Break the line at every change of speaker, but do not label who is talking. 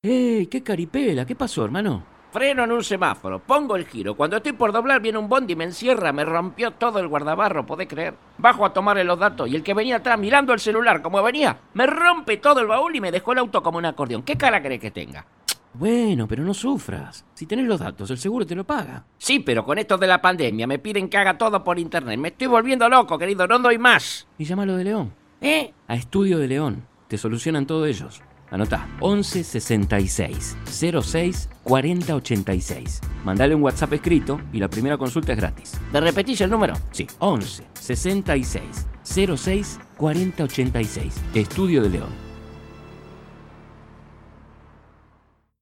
¡Ey! ¡Eh! ¡Qué caripela! ¿Qué pasó, hermano?
Freno en un semáforo, pongo el giro. Cuando estoy por doblar viene un bondi, me encierra, me rompió todo el guardabarro, podés creer. Bajo a tomarle los datos y el que venía atrás mirando el celular como venía, me rompe todo el baúl y me dejó el auto como un acordeón. ¿Qué cara crees que tenga?
Bueno, pero no sufras. Si tenés los datos, el seguro te lo paga.
Sí, pero con esto de la pandemia me piden que haga todo por internet. Me estoy volviendo loco, querido, no doy más.
Y llámalo de León.
¿Eh?
A Estudio de León. Te solucionan todo ellos. Anotá 11 66 06 40 86. Mandale un WhatsApp escrito y la primera consulta es gratis.
¿Me repetís el número?
Sí, 11 66 06 40 86. Estudio de León.